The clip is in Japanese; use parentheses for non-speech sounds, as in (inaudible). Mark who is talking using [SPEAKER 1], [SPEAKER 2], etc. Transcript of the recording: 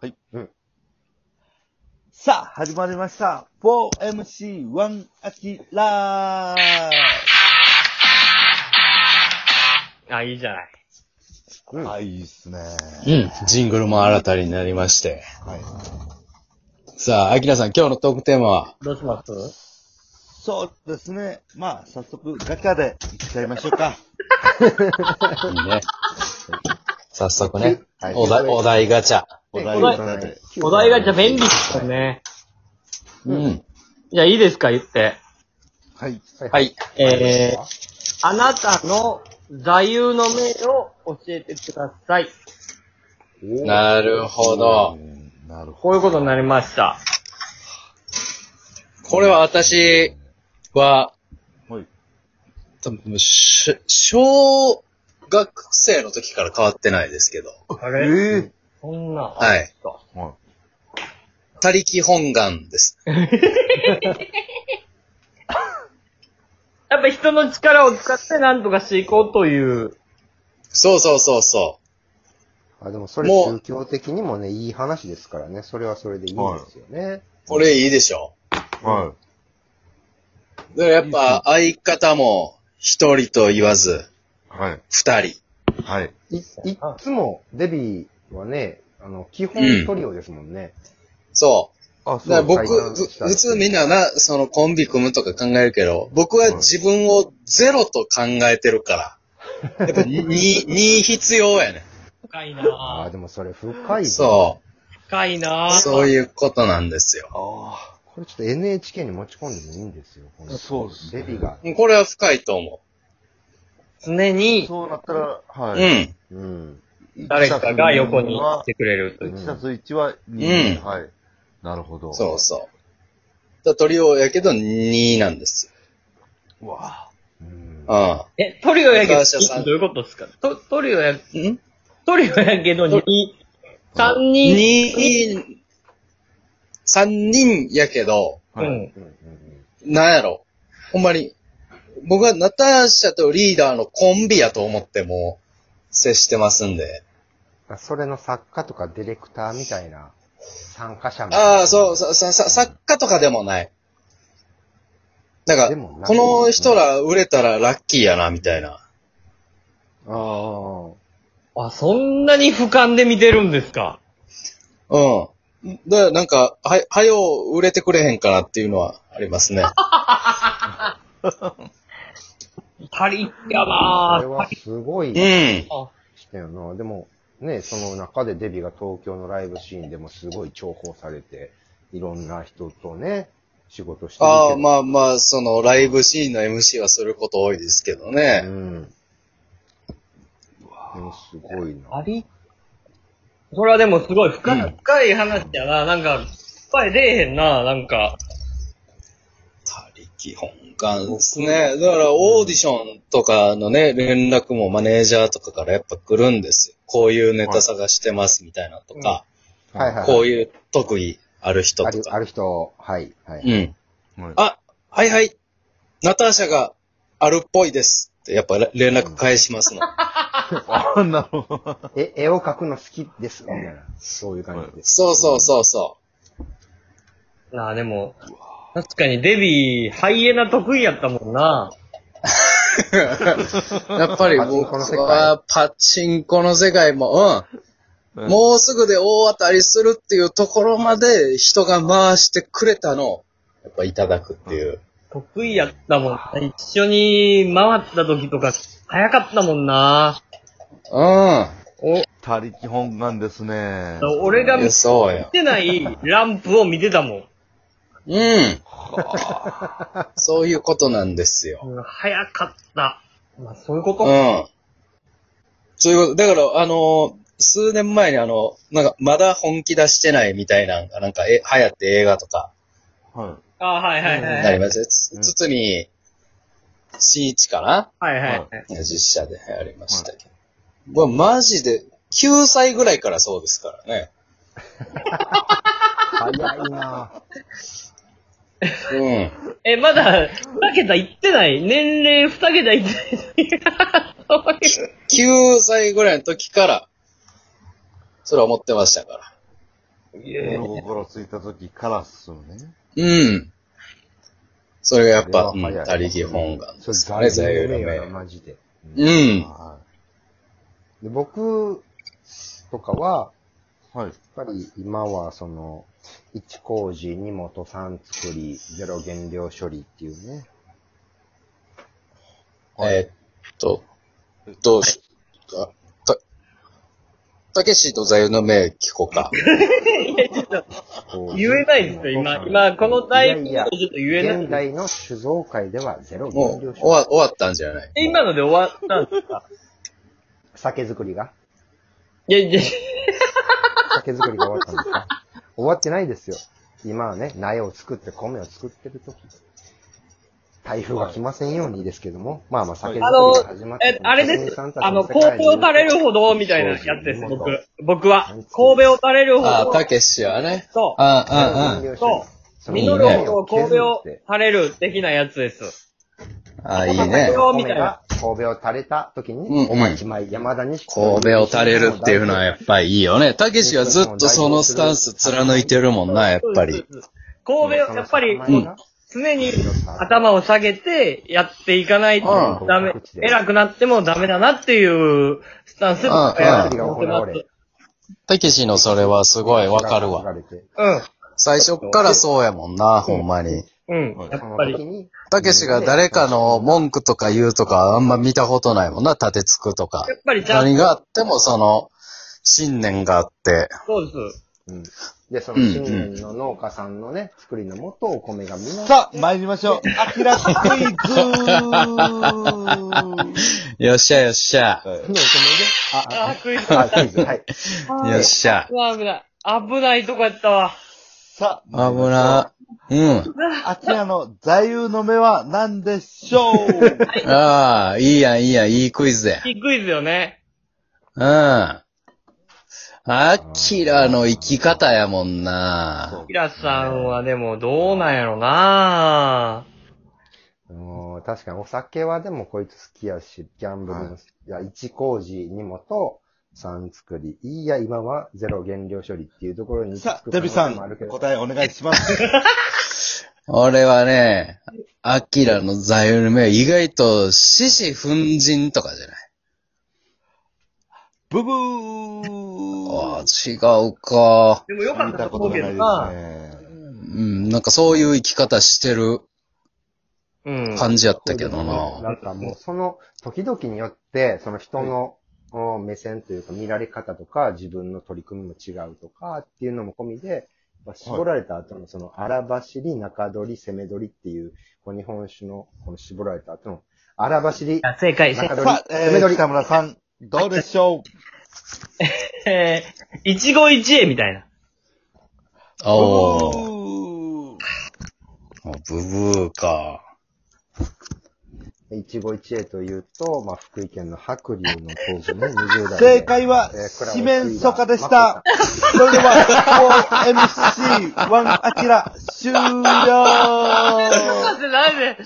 [SPEAKER 1] はい。
[SPEAKER 2] うん。
[SPEAKER 1] さあ、始まりました。4MC1 アキラー
[SPEAKER 3] あ、いいじゃない。
[SPEAKER 2] うん
[SPEAKER 1] あ、いいっすね。
[SPEAKER 4] うん。ジングルも新たになりまして。
[SPEAKER 1] はい。
[SPEAKER 4] さあ、アキラさん、今日のトークテーマは
[SPEAKER 3] どうします
[SPEAKER 1] そうですね。まあ、早速、ガチャでいっちゃいましょうか。
[SPEAKER 4] いいね。早速ね。
[SPEAKER 2] はい
[SPEAKER 4] お題、お題ガチャ。
[SPEAKER 1] お
[SPEAKER 2] 題
[SPEAKER 1] 題ガチャで。
[SPEAKER 3] お題がじゃあ便利ですよね。
[SPEAKER 4] うん。
[SPEAKER 3] じゃあいいですか言って。
[SPEAKER 1] はい。
[SPEAKER 4] はい。
[SPEAKER 3] えー、あなたの座右の銘を教えてください。
[SPEAKER 4] なるほど。
[SPEAKER 1] うんなるほ
[SPEAKER 3] こういうことになりました。
[SPEAKER 4] これは私は、
[SPEAKER 1] ど。はい。
[SPEAKER 4] 多分し小学生の時から変わってないですけど。
[SPEAKER 3] あ
[SPEAKER 1] え
[SPEAKER 3] れ
[SPEAKER 1] ー
[SPEAKER 3] そんな。
[SPEAKER 4] はい。
[SPEAKER 1] は
[SPEAKER 4] 他力本願です。
[SPEAKER 3] やっぱ人の力を使って何とかしていこうという。
[SPEAKER 4] そうそうそうそ
[SPEAKER 2] あ、でもそれ
[SPEAKER 4] もう
[SPEAKER 2] 宗教的にもね、いい話ですからね。それはそれでいいですよね。
[SPEAKER 4] う。これいいでしょ
[SPEAKER 1] い。は
[SPEAKER 4] でもやっぱ相方も一人と言わず、
[SPEAKER 1] い。はい。
[SPEAKER 4] 二人。
[SPEAKER 1] はい。
[SPEAKER 2] い、いっつもデビーはね、あの、基本トリオですもんね。
[SPEAKER 4] そう。
[SPEAKER 1] あ、
[SPEAKER 4] だから僕、
[SPEAKER 2] そうはい
[SPEAKER 4] ふ普通みんなな、そのコンビ組むとか考えるけど、僕は自分をゼロと考えてるから。やっぱ2、2必要やね。
[SPEAKER 3] 深い
[SPEAKER 2] ああ、
[SPEAKER 3] な
[SPEAKER 2] でもそれ深い。
[SPEAKER 4] そ。
[SPEAKER 3] 深いうな
[SPEAKER 4] そう
[SPEAKER 3] う。
[SPEAKER 4] いうことなんですよ。
[SPEAKER 1] あ
[SPEAKER 2] う。これちょっと NHK に持ち込んでもいいんですよ。この
[SPEAKER 1] そうですね
[SPEAKER 2] デビーが。
[SPEAKER 4] これは深いと思
[SPEAKER 3] 常
[SPEAKER 1] あ。
[SPEAKER 3] に
[SPEAKER 1] そうなったら、
[SPEAKER 4] う。
[SPEAKER 1] は
[SPEAKER 4] う
[SPEAKER 1] い。
[SPEAKER 4] ん。
[SPEAKER 2] うん。
[SPEAKER 3] 誰かが横に来てくれるという。
[SPEAKER 1] 1たす1は
[SPEAKER 4] う
[SPEAKER 1] 2。
[SPEAKER 4] ん
[SPEAKER 1] はい。なるほど。
[SPEAKER 4] そうそう。だトリオやけど2なんです
[SPEAKER 1] う。うわ
[SPEAKER 2] うん
[SPEAKER 4] よ。
[SPEAKER 3] え、トリオやけど、
[SPEAKER 4] 高橋さん
[SPEAKER 3] どういうことですかトトリオや、
[SPEAKER 4] うん。ん
[SPEAKER 3] トリオやけどに、三人、
[SPEAKER 4] ?2、3人やけど、
[SPEAKER 1] ぁ。は
[SPEAKER 3] う
[SPEAKER 1] い。
[SPEAKER 3] ん。
[SPEAKER 2] うんうん
[SPEAKER 4] なんやろ。ほんまに、僕はナターシャとリーダーのコンビやと思ってもう接してますんで。
[SPEAKER 2] うんそれの作家とかディレクターみたいな参加者みたいな
[SPEAKER 4] ああ、そう、さ、さ、さ、作家とかでもない。なん
[SPEAKER 2] で
[SPEAKER 4] か、
[SPEAKER 2] もない
[SPEAKER 4] この人ら売れたらラッキーやな、みたいな。
[SPEAKER 2] ああ。
[SPEAKER 3] あ、そんなに俯瞰で見てるんですか
[SPEAKER 4] うん。だからなんか、は、はよう売れてくれへんかなっていうのはあり
[SPEAKER 2] (laughs)
[SPEAKER 4] ますね。
[SPEAKER 3] 足りんや
[SPEAKER 2] こ
[SPEAKER 3] な
[SPEAKER 2] れ
[SPEAKER 3] ぁ。
[SPEAKER 2] はすごい
[SPEAKER 4] うん。
[SPEAKER 3] あ
[SPEAKER 2] 視点やな。でも、ね、その中でデビが東京のライブシーンでもすごい重宝されて、いろんな人とね、仕事してるけど。
[SPEAKER 4] ああ、まあまあ、その、ライブシーンの MC はすること多いですけど
[SPEAKER 2] う
[SPEAKER 4] ね。
[SPEAKER 2] ん。でもすごいな。
[SPEAKER 3] ありそれはでもすごい深い、深い話やな。なんか、深い出えへんな。なんか、
[SPEAKER 4] 他力本願ですね。だから、オーディションとかのね、連絡もマネージャーとかからやっぱ来るんですよ。こういうネタ探してます、みたいなとか、
[SPEAKER 2] はいはい。
[SPEAKER 4] こう
[SPEAKER 2] いう
[SPEAKER 4] いう特技ある人
[SPEAKER 2] あ
[SPEAKER 4] と
[SPEAKER 2] る
[SPEAKER 4] か。
[SPEAKER 2] ある人、はい、はい。
[SPEAKER 4] うん。
[SPEAKER 1] はい
[SPEAKER 4] あ、はいはい。ナターシャがあるっぽいです。ってやっぱ連絡返します
[SPEAKER 2] (laughs)
[SPEAKER 4] もん。
[SPEAKER 1] あ、なるほど。
[SPEAKER 2] え、絵を描くの好きです、みたいな。そういう感じです。
[SPEAKER 4] そうそうそうそ
[SPEAKER 3] なあでも、確かにデビー、ハイエナ得意やったもんな。
[SPEAKER 4] う。やっぱり僕
[SPEAKER 2] パチンコの世界
[SPEAKER 4] はパチンコの世界も、
[SPEAKER 1] う
[SPEAKER 4] う
[SPEAKER 1] ん
[SPEAKER 4] ん。もうすぐで大当たりするっていうところまで人が回してくれたのを、やっぱいただくっていう。
[SPEAKER 3] 得意やったもんな。一緒に回った時とか、早かったもんな。
[SPEAKER 4] うん。
[SPEAKER 3] お、
[SPEAKER 1] 他力本願ですね。
[SPEAKER 3] 俺が
[SPEAKER 4] い
[SPEAKER 3] 見
[SPEAKER 4] やそうよ。
[SPEAKER 3] てないランプを見てたもん。
[SPEAKER 4] うん。そういうことなんですよ。
[SPEAKER 3] うん早かった。まあ、そういうこと、
[SPEAKER 4] うん。そういうこと。だから、あの、数年前にあの、なんか、まだ本気出してないみたいなのが、なんか、え、流行って映画とか、
[SPEAKER 1] は
[SPEAKER 3] ああ、はいはいはい。
[SPEAKER 4] なりましたよ。つ
[SPEAKER 1] うん
[SPEAKER 4] つつみ、しいちかな
[SPEAKER 3] はいはい。
[SPEAKER 4] 実写でやりましたけど。うわマジで、9歳ぐらいからそうですからね。
[SPEAKER 2] 早いな
[SPEAKER 4] うん。
[SPEAKER 3] え、まだ、二桁いってない年齢二桁いってないそういう
[SPEAKER 4] 9歳ぐらいの時から、それは思ってましたから。
[SPEAKER 1] の心ついた時からっすよね。
[SPEAKER 4] うん。それがやっぱ、
[SPEAKER 2] あれは早い
[SPEAKER 4] 他力本願
[SPEAKER 2] そ
[SPEAKER 4] で
[SPEAKER 2] れ
[SPEAKER 4] すね、座
[SPEAKER 2] 誰
[SPEAKER 4] 右
[SPEAKER 2] に
[SPEAKER 4] の
[SPEAKER 2] も言えよな
[SPEAKER 4] 銘。
[SPEAKER 2] マジで。
[SPEAKER 4] うん。
[SPEAKER 1] は
[SPEAKER 2] で僕とかは、
[SPEAKER 1] い。はい。
[SPEAKER 2] やっぱり今はその、1工事、2元、3作り、0減量処理っていうね。
[SPEAKER 4] えーっと、どうしようか。た、たけしと座右の銘聞こうか。
[SPEAKER 2] こう
[SPEAKER 3] 言えないですよ、今。今、このタイミング
[SPEAKER 2] い
[SPEAKER 3] で
[SPEAKER 2] や
[SPEAKER 3] ちょっ
[SPEAKER 2] いや
[SPEAKER 3] と言え
[SPEAKER 2] 現
[SPEAKER 3] ない。
[SPEAKER 2] 代の酒造会では0
[SPEAKER 4] も
[SPEAKER 2] 減
[SPEAKER 4] う
[SPEAKER 2] 量、
[SPEAKER 4] 終
[SPEAKER 2] 処理。
[SPEAKER 4] わ終わったんじゃない
[SPEAKER 3] え今ので終わったんですか
[SPEAKER 2] 酒造りが
[SPEAKER 3] いやいや、
[SPEAKER 2] 酒造りが終わったんですか終わってないですよ。今はね、苗を作って米を作ってる時。台風が来ませんようにですけども、まあまあ酒造りが始まって、
[SPEAKER 3] え、あれです。あの、
[SPEAKER 2] 高
[SPEAKER 3] 神戸
[SPEAKER 2] 校
[SPEAKER 3] を垂れるほど、みたいなやつです、僕。僕は。神戸を垂れるほ
[SPEAKER 4] あー、
[SPEAKER 3] ど
[SPEAKER 4] た、けしはね。
[SPEAKER 3] そ
[SPEAKER 4] あー、あー、あ
[SPEAKER 3] そ。
[SPEAKER 2] そうう
[SPEAKER 3] ミノロを神戸を垂れる的なやつです。
[SPEAKER 4] ー、あー、いいね。
[SPEAKER 2] 米が神戸を垂れた時に、
[SPEAKER 4] うん
[SPEAKER 2] お前一枚山田に
[SPEAKER 4] 神戸を垂れるっていうのはやっぱりいいよね。たけしはずっとそのスタンス貫いてるもんな、やっぱり。。
[SPEAKER 3] 神戸を、やっぱり、常に頭を下げてやっていかないと
[SPEAKER 4] うん
[SPEAKER 3] ダメ、偉くなってもダメだなっていうスタンスで僕は持ってます。
[SPEAKER 4] たけしのそれはすごいわかるわ。。最初っからそうやもんな、ほんまに。
[SPEAKER 3] うん。うん。やっぱり。
[SPEAKER 2] り。
[SPEAKER 4] たけしが誰かの文句とか言うとかあんま見たことないもんな、立てつくとか
[SPEAKER 3] や。っぱりちゃん
[SPEAKER 4] 何があってもその、信念があって。
[SPEAKER 3] そうです。
[SPEAKER 2] うんで、その新年の農家さんのね、作りのもとお米がみんな、
[SPEAKER 1] さあ、参りましょう。アキラクイズは
[SPEAKER 4] よっしゃよっしゃ。
[SPEAKER 2] お米で、あ、
[SPEAKER 3] あー、クイズ。
[SPEAKER 2] あ、あ、クイズ、はい。
[SPEAKER 4] よっしゃ
[SPEAKER 3] う。わ、危ない。危ないとこやったわ。
[SPEAKER 1] さ
[SPEAKER 4] 危
[SPEAKER 1] あ、
[SPEAKER 4] な。うん。
[SPEAKER 1] あちらの座右の目は何でしょう
[SPEAKER 4] ああ、いいやんいいやん、いいクイズや。
[SPEAKER 3] いいクイズよね。
[SPEAKER 4] うん。アキラの生き方やもんな。
[SPEAKER 3] キラさんはでもどうなんやろな
[SPEAKER 2] もう、確かにお酒はでもこいつ好きやし、ギャンブルも、い、や、一工事にもと、三作り。いいや、今はゼロ減量処理っていうところに
[SPEAKER 1] さあ、デビさん、
[SPEAKER 2] 答え。
[SPEAKER 1] 答えお願いします。
[SPEAKER 4] 俺はね、アキラの座右の銘は意外と獅子奮陣とかじゃない。
[SPEAKER 1] ブブー
[SPEAKER 4] ああ、違うか。
[SPEAKER 3] でもよか
[SPEAKER 1] 見
[SPEAKER 3] ったた
[SPEAKER 1] ことと
[SPEAKER 3] 思
[SPEAKER 1] な
[SPEAKER 3] うけ
[SPEAKER 1] い
[SPEAKER 3] ど
[SPEAKER 1] で
[SPEAKER 3] な。
[SPEAKER 1] すね。
[SPEAKER 4] うん、なんかそういう生き方してる
[SPEAKER 3] うん。
[SPEAKER 4] 感じやったけ
[SPEAKER 2] そ
[SPEAKER 4] ど
[SPEAKER 2] うですね
[SPEAKER 4] な。
[SPEAKER 2] なんかもう、その時々によって、その人の、うん目線というか見られ方とか、自分の取り組みも違うとかっていうのも込みで、まあ絞られた後のその荒走り、中取り、攻め取りっていう、こう日本酒のこの絞られた後の荒走り、
[SPEAKER 3] あ正解、正
[SPEAKER 2] 中
[SPEAKER 3] 解。
[SPEAKER 2] 取り
[SPEAKER 1] さあ、、え
[SPEAKER 2] 攻め
[SPEAKER 1] ー、
[SPEAKER 2] 取り
[SPEAKER 1] 北。村さん、どうでしょう
[SPEAKER 3] えー、一期一会みたいな。
[SPEAKER 4] おー。
[SPEAKER 1] お
[SPEAKER 4] あブブーか。
[SPEAKER 2] 一期一会というと、まあ、福井県の白龍の東部ね、20代で。
[SPEAKER 1] 正解は、四面楚歌でした。それでは、4MC1 アキラ終了
[SPEAKER 3] なんで